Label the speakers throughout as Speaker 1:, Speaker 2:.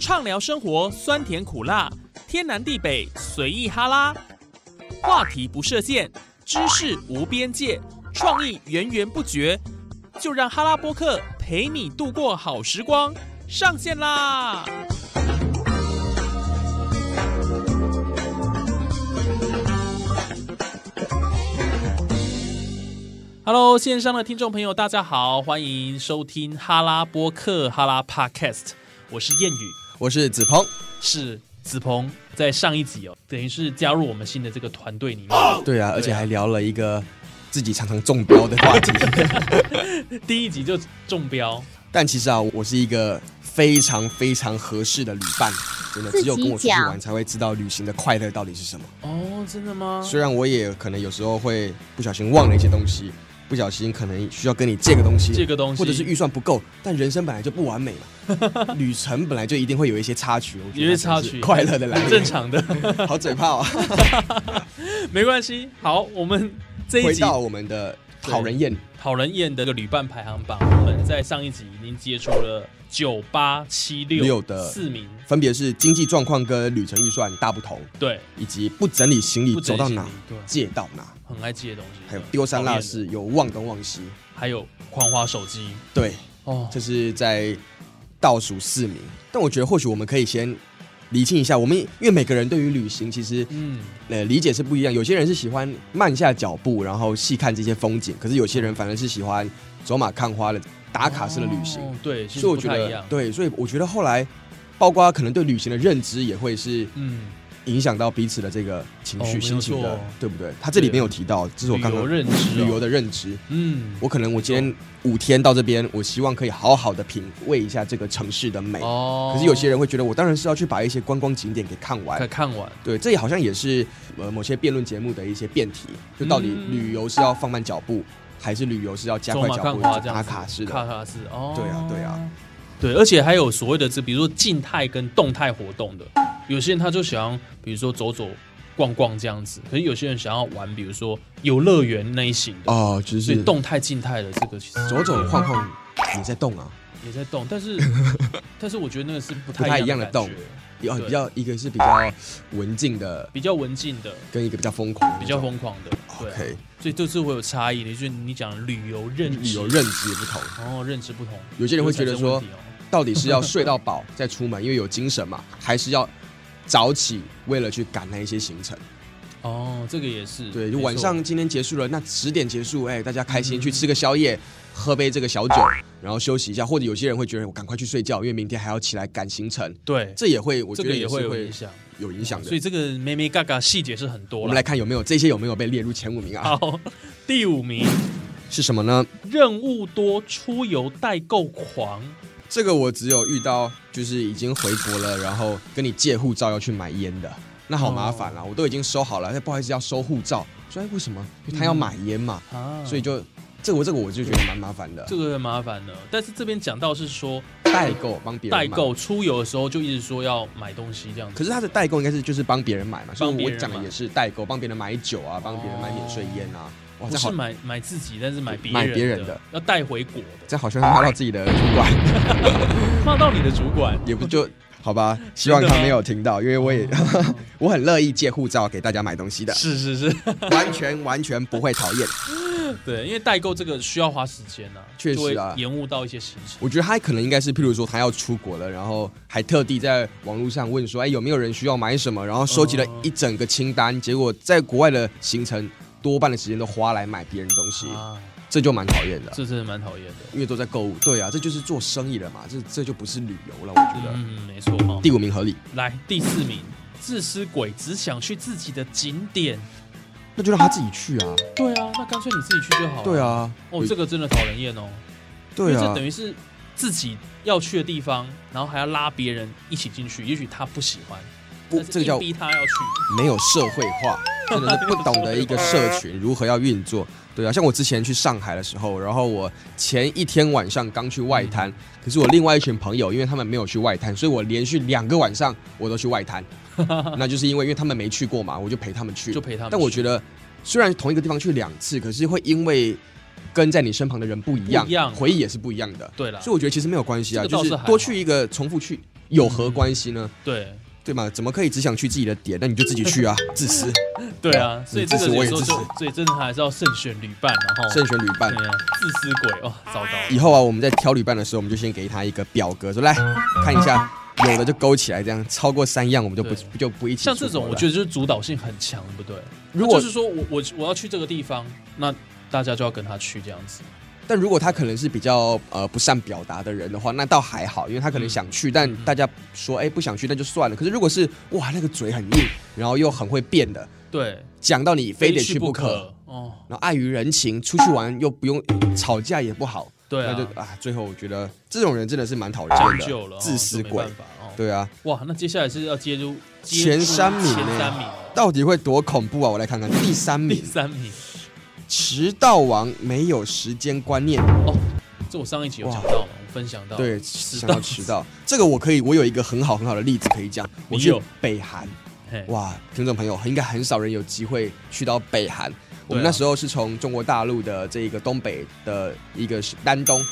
Speaker 1: 畅聊生活酸甜苦辣，天南地北随意哈拉，话题不设限，知识无边界，创意源源不绝，就让哈拉播客陪你度过好时光，上线啦！Hello，线上的听众朋友，大家好，欢迎收听哈拉播客哈拉 Podcast，我是谚语，
Speaker 2: 我是子鹏。
Speaker 1: 是子鹏，在上一集哦，等于是加入我们新的这个团队里面，
Speaker 2: 对啊，而且还聊了一个自己常常中标的话题。
Speaker 1: 第一集就中标，
Speaker 2: 但其实啊，我是一个非常非常合适的旅伴，真的
Speaker 3: 自
Speaker 2: 只
Speaker 3: 己
Speaker 2: 有跟我出去
Speaker 3: 讲
Speaker 2: 玩才会知道旅行的快乐到底是什么。
Speaker 1: 哦，真的吗
Speaker 2: 虽然我也可能有时候会不小心忘了一些东西，不小心可能需要跟你借个东西，
Speaker 1: 这个东西
Speaker 2: 或者是预算不够，但人生本来就不完美嘛，旅程本来就一定会有一些插曲，我觉
Speaker 1: 有
Speaker 2: 得
Speaker 1: 一些插曲
Speaker 2: 那才是快乐的来
Speaker 1: 很正
Speaker 2: 源。
Speaker 1: 常的，
Speaker 2: 好嘴炮啊！
Speaker 1: 没关系。好，我们 这一
Speaker 2: 回
Speaker 1: 集
Speaker 2: 到我们的讨人厌，
Speaker 1: 讨人厌的这个旅伴排行榜，我们在上一集已经接触了九八七
Speaker 2: 六的
Speaker 1: 四名，
Speaker 2: 分别是经济状况跟旅程预算大不同。
Speaker 1: 对，
Speaker 2: 以及不整理行李
Speaker 1: 不
Speaker 2: 走
Speaker 1: 珍
Speaker 2: 到
Speaker 1: 惜
Speaker 2: 哪
Speaker 1: 对，
Speaker 2: 借到哪，
Speaker 1: 很爱借东西，
Speaker 2: 还有丢三落
Speaker 1: 讨厌
Speaker 2: 四，
Speaker 1: 的，
Speaker 2: 有忘东忘西。
Speaker 1: 还有狂花手机，
Speaker 2: 对，
Speaker 1: 哦，
Speaker 2: 这是在倒数四名。但我觉得或许我们可以先理清一下，我们因为每个人对于旅行其实
Speaker 1: 嗯，
Speaker 2: 呃理解是不一样，有些人是喜欢慢下脚步，然后细看这些风景，可是有些人反而是喜欢走马看花的打卡式的旅行。
Speaker 1: 哦对，其实
Speaker 2: 所以我
Speaker 1: 不
Speaker 2: 觉
Speaker 1: 太一
Speaker 2: 得
Speaker 1: 样，，
Speaker 2: 对，所以我觉得后来。包括可能对旅行的认知也会是
Speaker 1: 嗯，
Speaker 2: 影响到彼此的这个情
Speaker 1: 哦
Speaker 2: 绪、
Speaker 1: 没
Speaker 2: 心情
Speaker 1: 错
Speaker 2: 的，对不对？他这里面有提到，这是我
Speaker 1: 旅
Speaker 2: 刚
Speaker 1: 游
Speaker 2: 刚
Speaker 1: 认知，啊哦
Speaker 2: 旅游，的认知。
Speaker 1: 嗯，
Speaker 2: 我可能我今天五天到这边，我希望可以好好的品味一下这个城市的美。
Speaker 1: 哦，
Speaker 2: 哎可是有些人会觉得，我当然是要去把一些观光景点给看
Speaker 1: 才
Speaker 2: 完。
Speaker 1: 看完，
Speaker 2: 对，这也好像也是呃某些辩论节目的一些辩题，就到底
Speaker 1: 嗯
Speaker 2: 旅游是要放慢脚步，还是旅游是要加
Speaker 1: 走
Speaker 2: 快
Speaker 1: 马
Speaker 2: 脚
Speaker 1: 看
Speaker 2: 步
Speaker 1: 花这样
Speaker 2: 打
Speaker 1: 子
Speaker 2: 卡式
Speaker 1: 卡
Speaker 2: 的？
Speaker 1: 卡式哦，
Speaker 2: 对啊对啊，
Speaker 1: 对，而且还有所谓的这，比如说静态跟动态活动的，有些人他就想要，比如说走走逛逛这样子，可是有些人想要玩，比如说游乐园那一型的，
Speaker 2: 哦，就
Speaker 1: 所以
Speaker 2: 是
Speaker 1: 动态静态的这个其实
Speaker 2: 走走晃晃也在动啊，
Speaker 1: 也在动，但 是但是我觉得那个是不
Speaker 2: 不太
Speaker 1: 太
Speaker 2: 一样的
Speaker 1: 感觉
Speaker 2: 动有
Speaker 1: 对
Speaker 2: 比较一个是比较文静的，
Speaker 1: 比较文静的，
Speaker 2: 跟一个比较疯狂的
Speaker 1: 比
Speaker 2: 那
Speaker 1: 较
Speaker 2: 种，
Speaker 1: 疯狂的，对啊、
Speaker 2: OK，
Speaker 1: 所以这是会有差异的，就是你讲旅游认
Speaker 2: 旅
Speaker 1: 知，
Speaker 2: 游认知不同。
Speaker 1: 哦认知不同，
Speaker 2: 有些人会觉得
Speaker 1: 就产生
Speaker 2: 说
Speaker 1: 问题哦
Speaker 2: 到底是要睡到饱再出门，因为有精神嘛，还是要早起为了去赶那一些行程？
Speaker 1: 哦，这个也是，
Speaker 2: 对，
Speaker 1: 没
Speaker 2: 就
Speaker 1: 错
Speaker 2: 晚上今天结束了，那十点结束，哎，大家开心
Speaker 1: 嗯
Speaker 2: 去吃个宵夜，喝杯这个小酒，然后休息一下，或者有些人会觉得我赶快去睡觉，因为明天还要起来赶行程，
Speaker 1: 对，
Speaker 2: 这也会我
Speaker 1: 这
Speaker 2: 觉
Speaker 1: 个
Speaker 2: 得
Speaker 1: 也
Speaker 2: 也
Speaker 1: 会
Speaker 2: 是
Speaker 1: 有
Speaker 2: 会
Speaker 1: 影响。
Speaker 2: 有影响
Speaker 1: 所以
Speaker 2: 的。
Speaker 1: 这个咩咩嘎嘎细节是很
Speaker 2: 我
Speaker 1: 多
Speaker 2: 们
Speaker 1: 了
Speaker 2: 来。看有没有这些有没有被列入前五 名啊？
Speaker 1: 好，第五名，
Speaker 2: 是什么呢？
Speaker 1: 任务多，出游代购狂。
Speaker 2: 这个我只有遇到，就是已经回国了，然后跟你借护照要去买烟的，那好麻烦啦、啊
Speaker 1: 哦
Speaker 2: 我都已经收好了，但哎不好意思要收护照，说哎为什么？因
Speaker 1: 嗯
Speaker 2: 为他要买烟嘛，
Speaker 1: 啊，
Speaker 2: 所以就这个我这个我就觉得蛮麻烦的
Speaker 1: 这，个很麻烦的。但是这边讲到是说
Speaker 2: 代购帮别人
Speaker 1: 代
Speaker 2: 买。
Speaker 1: 购出游的时候就一直说要买东西这样子，
Speaker 2: 可是他的代购应该是就是帮别人买嘛，所
Speaker 1: 帮
Speaker 2: 以
Speaker 1: 别
Speaker 2: 我
Speaker 1: 人
Speaker 2: 讲的
Speaker 1: 买哦
Speaker 2: 也是代购，帮别人买酒啊，帮别人买免税烟啊，哇，
Speaker 1: 不
Speaker 2: 这
Speaker 1: 是
Speaker 2: 好
Speaker 1: 买买自己，但是买别
Speaker 2: 买
Speaker 1: 人
Speaker 2: 别人
Speaker 1: 的
Speaker 2: 的，
Speaker 1: 要带回国的，
Speaker 2: 这好像骂到自己的主管，
Speaker 1: 放到你的主管。
Speaker 2: 也不就 好吧？希望他没有听到，因为我也
Speaker 1: 哦
Speaker 2: 我很乐意借护照给大家买东西 的，
Speaker 1: 是是是，
Speaker 2: 完全完全不会讨厌。
Speaker 1: 对，因为代购这个需要花时间呐，
Speaker 2: 确实啊
Speaker 1: 就会延误到一些行程。
Speaker 2: 我觉得他可能应该是，譬如说他要出国了，然后还特地在网络上问说，哎，有没有人需要买什么？然后收集
Speaker 1: 哦
Speaker 2: 了一整个清单，结果在国外的行程多半的时间都花来买别人的东西，
Speaker 1: 啊，
Speaker 2: 这就蛮讨厌的，
Speaker 1: 这真的蛮讨厌的。
Speaker 2: 因为都在购物。对啊，这就是做生意了嘛，这这就不是旅游了，我觉得。
Speaker 1: 嗯，没错哈。
Speaker 2: 第五名合理，
Speaker 1: 来第四名，自私鬼只想去自己的景点。
Speaker 2: 那就让他自己去啊。
Speaker 1: 对啊，那干脆你自己去就好了。
Speaker 2: 对，啊，
Speaker 1: 哦，这个真的讨人厌哦。
Speaker 2: 对
Speaker 1: 因为这
Speaker 2: 啊
Speaker 1: 等，于是自己要去的地方，然后还要拉别人一起进去，也许他不喜欢，
Speaker 2: 不，
Speaker 1: 但是
Speaker 2: 这个叫
Speaker 1: 硬逼他要去。
Speaker 2: 没有社会 化，真的是不懂得一个社群如何要运作。对啊，像我之前去上海的时候，然后我前一天晚上刚去外滩，
Speaker 1: 嗯
Speaker 2: 可是我另外一群朋友，因为他们没有去外滩，所以我连续两个晚上我都去外 滩，那就是因为因为他们没去过嘛，我就陪他们去。
Speaker 1: 就陪他们
Speaker 2: 但我
Speaker 1: 去
Speaker 2: 觉得，虽然同一个地方去两次，可是会因为跟在你身旁的人不一样，
Speaker 1: 不一样啊
Speaker 2: 回忆也是不一样的。
Speaker 1: 对啦
Speaker 2: 所以我觉得其实没有关系啊，
Speaker 1: 这个倒
Speaker 2: 就是是
Speaker 1: 还好
Speaker 2: 多去一个，重复去有何关系呢？
Speaker 1: 对
Speaker 2: 对嘛？怎么可以只想去自己的点？那你就自己 去啊，自私，
Speaker 1: 对啊，所以这个
Speaker 2: 你支持
Speaker 1: 有
Speaker 2: 我也
Speaker 1: 时候
Speaker 2: 支持
Speaker 1: 就，所以真的还是要慎选旅伴，然后
Speaker 2: 慎选旅伴。
Speaker 1: 对啊，自私鬼哦，糟糕，
Speaker 2: 以后啊，我们在挑旅伴的时候，我们就先给他一个表格，说来看一下，有的就勾起来，这样超过三样我们就不
Speaker 1: 对
Speaker 2: 不就不一起出国
Speaker 1: 像这
Speaker 2: 了。
Speaker 1: 种我觉得就是主导性很强，对不对？
Speaker 2: 如果
Speaker 1: 啊就是说我我我要去这个地方，那大家就要跟他去这样子。
Speaker 2: 但如果他可能是比较呃不善表达的人的话，那倒还好，因为他可能想
Speaker 1: 嗯
Speaker 2: 去，但大家说哎、不想去，那就算了。可是如果是哇那个嘴很硬，然后又很会变的，
Speaker 1: 对，
Speaker 2: 讲到你非得去
Speaker 1: 不
Speaker 2: 不可，
Speaker 1: 哦，
Speaker 2: 然后碍于人情，出去玩又不用吵架也不好，
Speaker 1: 对啊
Speaker 2: 那，就啊最后我觉得这种人真的是蛮讨人
Speaker 1: 讲
Speaker 2: 厌
Speaker 1: 究
Speaker 2: 的，
Speaker 1: 了，
Speaker 2: 自私
Speaker 1: 哦就没
Speaker 2: 鬼
Speaker 1: 办。法哦。
Speaker 2: 对啊，
Speaker 1: 哇，那接下来是要接入接
Speaker 2: 前
Speaker 1: 入
Speaker 2: 三名
Speaker 1: 前
Speaker 2: 呢嗯
Speaker 1: 三名，哦
Speaker 2: 到底会多恐怖啊！我 来看看第三
Speaker 1: 第
Speaker 2: 名，
Speaker 1: 三名
Speaker 2: 迟到王没有时间观念。
Speaker 1: 哦，这我上一集有讲到嘛，我分享到，
Speaker 2: 对，
Speaker 1: 迟
Speaker 2: 想
Speaker 1: 到
Speaker 2: 要迟到，这个我可以，我有一个很好很好的例子可以讲。我
Speaker 1: 你
Speaker 2: 去
Speaker 1: 有
Speaker 2: 北韩，
Speaker 1: 嘿，
Speaker 2: 哇，听众朋友应该很少人有机会去到北韩。我们
Speaker 1: 对啊
Speaker 2: 那时候是从中国大陆的这个东北的一个是丹东，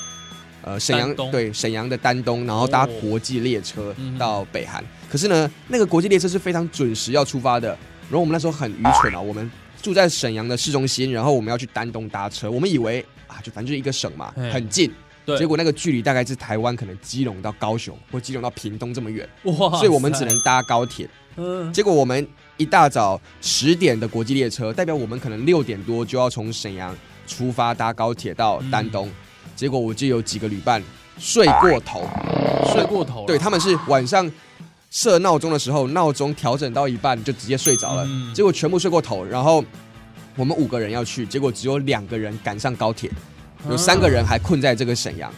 Speaker 2: 呃，沈阳
Speaker 1: 丹东
Speaker 2: 对沈阳的丹东，然后搭
Speaker 1: 哦
Speaker 2: 国际列车
Speaker 1: 嗯哼
Speaker 2: 到北韩。可是呢，那个国际列车是非常准时要出发的。然后我们那时候很愚蠢啊，我们住在沈阳的市中心，然后我们要去丹东搭车，我们以为啊，就反正就是一个省嘛
Speaker 1: 嘿，
Speaker 2: 很近。
Speaker 1: 对
Speaker 2: 结果那个距离大概是台湾可能基隆到高雄或基隆到屏东这么远，
Speaker 1: 哇塞，
Speaker 2: 所以我们只能搭高铁。
Speaker 1: 嗯，
Speaker 2: 结果我们一大早十点的国际列车，代表我们可能六点多就要从沈阳出发，搭高铁到丹东。结果我就有几个旅伴嗯睡过头，
Speaker 1: 睡过头了，
Speaker 2: 对，他们是晚上设闹钟的时候，闹钟调整到一半就直接睡着了，
Speaker 1: 嗯
Speaker 2: 结果全部睡过头。然后我们五个人要去，结果只有两个人赶上高铁，有三个人还困在这个沈阳，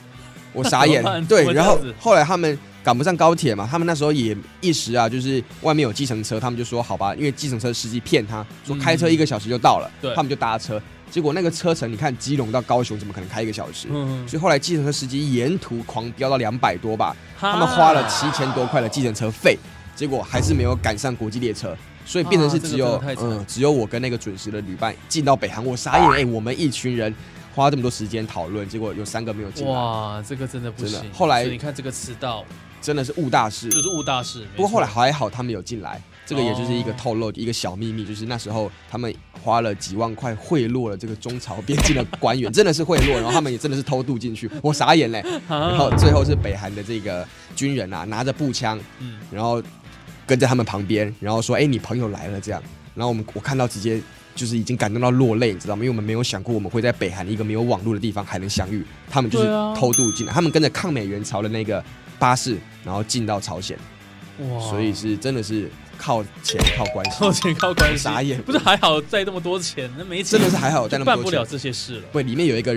Speaker 2: 我傻 眼
Speaker 1: 怎么办。怎
Speaker 2: 对，
Speaker 1: 么
Speaker 2: 然
Speaker 1: 这
Speaker 2: 后
Speaker 1: 样子
Speaker 2: 后来他们赶不上高铁嘛，他们那时候也一时啊，就是外面有计程车，他们就说好吧，因为计程车司机骗他说
Speaker 1: 嗯
Speaker 2: 开车一个小时就到了，
Speaker 1: 对
Speaker 2: 他们就搭车。结果那个车程，你看基隆到高雄怎么可能开一个小时？
Speaker 1: 嗯，
Speaker 2: 所以后来计程车司机沿途狂飙到两百多吧，
Speaker 1: 他
Speaker 2: 他们花了七千多块的计程车费，结果还是没有赶上国际列车，所以变成是只有、
Speaker 1: 啊这个真的太惨
Speaker 2: 嗯，只有我跟那个准时的旅伴进到北韩。我傻眼，哎、我们一群人花这么多时间讨论，结果有三个没有进来，
Speaker 1: 哇，这个真的不
Speaker 2: 真的
Speaker 1: 行。
Speaker 2: 后来
Speaker 1: 所以你看这个迟到
Speaker 2: 真的是误大事。
Speaker 1: 就是啊误大事。
Speaker 2: 不过后来
Speaker 1: 没错
Speaker 2: 还好他们有进来，这个也就是一个透露、一个小秘密，就是那时候他们花了几万块贿赂了这个中朝边境的官员，真的是贿赂，然后他们也真的是偷渡进去，我傻眼嘞。然后
Speaker 1: 啊，
Speaker 2: 最后是北韩的这个军人啊，拿着步枪，
Speaker 1: 嗯，
Speaker 2: 然后跟在他们旁边，然后说：“哎、你朋友来了。”这样，然后我们我看到直接就是已经感动到落泪，你知道吗？因为我们没有想过我们会在北韩一个没有网络的地方还能相遇，他们就是
Speaker 1: 对啊
Speaker 2: 偷渡进来，他们跟着抗美援朝的那个巴士，然后进到朝鲜，
Speaker 1: 哇，
Speaker 2: 所以是真的是靠钱靠关 系，
Speaker 1: 靠钱靠关系，
Speaker 2: 傻眼
Speaker 1: 不是还好带那么多钱，那没钱
Speaker 2: 真的是还好，但
Speaker 1: 就
Speaker 2: 那
Speaker 1: 办
Speaker 2: 么
Speaker 1: 不
Speaker 2: 多
Speaker 1: 了
Speaker 2: 钱。
Speaker 1: 这些事了。
Speaker 2: 对，里面有一个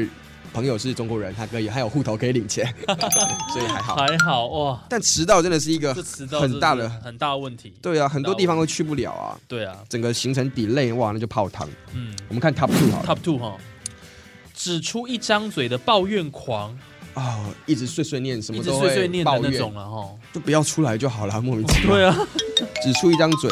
Speaker 2: 朋友是中国人，他可以还有户头可以 领钱，所以还好。
Speaker 1: 还好哇，
Speaker 2: 但迟到真的是一个
Speaker 1: 这迟到
Speaker 2: 很大
Speaker 1: 真
Speaker 2: 的
Speaker 1: 是，很大问题。
Speaker 2: 对啊，很多地方都去不了啊，
Speaker 1: 对啊，
Speaker 2: 整个行程 delay，哇，那就泡汤。
Speaker 1: 嗯
Speaker 2: 我们看 Top Two 好了，
Speaker 1: ，Top Two 哈，指出一张嘴的抱怨狂，
Speaker 2: 哦，一直碎碎念，什
Speaker 1: 一
Speaker 2: 么
Speaker 1: 直
Speaker 2: 都
Speaker 1: 碎碎
Speaker 2: 会
Speaker 1: 念
Speaker 2: 抱
Speaker 1: 的那
Speaker 2: 怨，
Speaker 1: 种了哈。
Speaker 2: 就不要出来就好了，莫名其妙。
Speaker 1: 对啊，
Speaker 2: 只出一张嘴，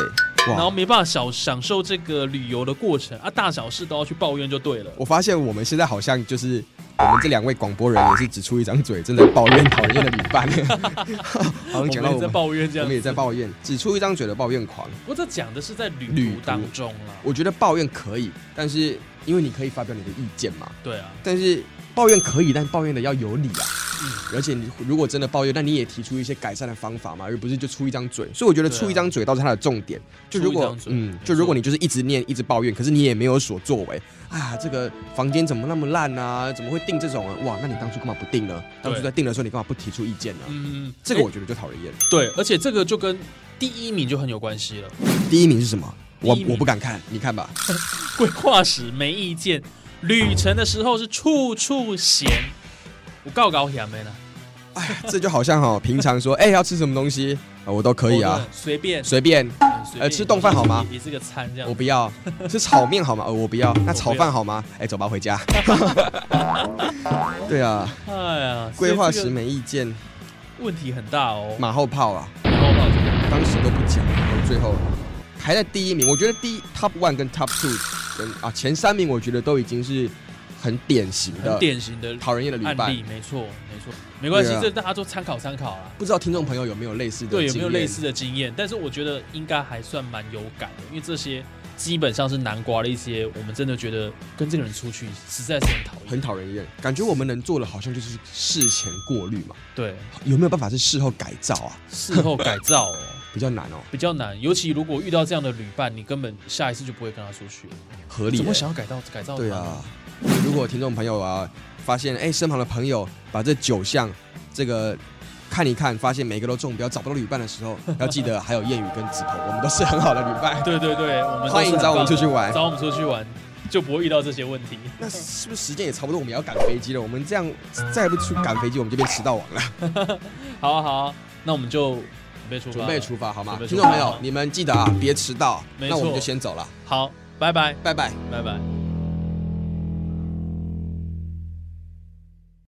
Speaker 1: 然后
Speaker 2: 哇！
Speaker 1: 没办法享享受这个旅游的过程啊，大小事都要去抱怨就对了。
Speaker 2: 我发现我们现在好像就是我们这两位广播人也是只出一张嘴，真的抱怨讨人厌的旅 伴，好
Speaker 1: 我
Speaker 2: 像
Speaker 1: 们
Speaker 2: 讲到
Speaker 1: 也
Speaker 2: 我
Speaker 1: 在
Speaker 2: 们，
Speaker 1: 抱怨这
Speaker 2: 我
Speaker 1: 样
Speaker 2: 们，也在抱怨，只出一张嘴的抱怨狂。
Speaker 1: 不过这讲的是在旅
Speaker 2: 旅
Speaker 1: 途
Speaker 2: 途
Speaker 1: 当中啊啦。
Speaker 2: 我觉得抱怨可以，但是因为你可以发表你的意见嘛，
Speaker 1: 对啊，
Speaker 2: 但是抱怨可以，但抱怨的要有理啊。而且你如果真的抱怨，那你也提出一些改善的方法嘛，而不是就出一张嘴。所以我觉得
Speaker 1: 对啊
Speaker 2: 出一张嘴倒是它的重点。就如
Speaker 1: 出一
Speaker 2: 果
Speaker 1: 张嘴没
Speaker 2: 嗯，
Speaker 1: 错
Speaker 2: 就如果你就是一直念一直抱怨，可是你也没有所作为啊，这个房间怎么那么烂啊？怎么会定这种啊？哇，那你当初干嘛不定呢？当初在定的时候你干嘛不提出意见呢、
Speaker 1: 嗯，
Speaker 2: 这个
Speaker 1: 哎
Speaker 2: 我觉得就讨人厌。
Speaker 1: 对，而且这个就跟第一名就很有关系了。
Speaker 2: 第一名是什么？我
Speaker 1: 第一名
Speaker 2: 我不敢看，你看吧。
Speaker 1: 规划时没意见，旅程的时候是处处闲。我告告嫌没呢？
Speaker 2: 哎呀，这就好像哈、平常说哎、要吃什么东西、啊我都可以啊，，
Speaker 1: 随便，
Speaker 2: 随便。
Speaker 1: 嗯随便
Speaker 2: 呃吃冻饭好吗
Speaker 1: 也是个餐这
Speaker 2: 我
Speaker 1: 样。
Speaker 2: 不要，是炒面好吗？呃，我 不要。那炒
Speaker 1: 我不要
Speaker 2: 饭好吗？哎、走吧，回 家。对啊，
Speaker 1: 哎呀，所以
Speaker 2: 规划
Speaker 1: 这
Speaker 2: 时
Speaker 1: 个
Speaker 2: 没意见，
Speaker 1: 问题很大哦。
Speaker 2: 马后炮啊，
Speaker 1: 然后到这个
Speaker 2: 当时都不讲，最后还在第一名。我觉得第一 top one 跟 top two 跟啊前三名，我觉得都已经是很典型
Speaker 1: 很
Speaker 2: 的
Speaker 1: 典型的
Speaker 2: 讨人厌的旅
Speaker 1: 案
Speaker 2: 伴
Speaker 1: 例，。没错没错，没关系
Speaker 2: 对，啊
Speaker 1: 这大家都参考参考啦。啊
Speaker 2: 不知道听众朋友有没有类似的
Speaker 1: 对，有
Speaker 2: 经
Speaker 1: 没
Speaker 2: 验
Speaker 1: 有类似的经验？但是我觉得应该还算蛮有感的，因为这些基本上是南瓜的一些，我们真的觉得跟这个人出去实在是很讨厌。
Speaker 2: 很讨人厌？感觉我们能做的好像就是事前过滤嘛，
Speaker 1: 对，
Speaker 2: 有没有办法是事后改造啊？
Speaker 1: 事后改造哦
Speaker 2: 比较难哦，
Speaker 1: 比较难，尤其如果遇到这样的旅伴，你根本下一次就不会跟他出去了。
Speaker 2: 合理、
Speaker 1: 怎么
Speaker 2: 欸。
Speaker 1: 想要改造改造？
Speaker 2: 对啊，，如果听众朋友啊发现哎、身旁的朋友把这九项这个看一看，发现每个都中标，找不到旅伴的时候，要记得还有谚语跟指头，我们都是很好的旅伴。
Speaker 1: 对对对，我们
Speaker 2: 欢迎找我们出
Speaker 1: 去
Speaker 2: 去玩。
Speaker 1: 找我们出去玩，就不会遇到这些问题。
Speaker 2: 那是不是时间也差不多？我们也要赶飞机了。我们这样再不出赶飞机，我们就变迟到王了。
Speaker 1: 好啊好啊，那我们就准备出发，
Speaker 2: 准备出。发好吗？
Speaker 1: 准备
Speaker 2: 听
Speaker 1: 出发
Speaker 2: 众朋友，你们记得啊，别迟到。
Speaker 1: 没
Speaker 2: 那我们
Speaker 1: 错
Speaker 2: 就先走了，
Speaker 1: 好，拜拜
Speaker 2: 拜拜。
Speaker 1: 拜拜。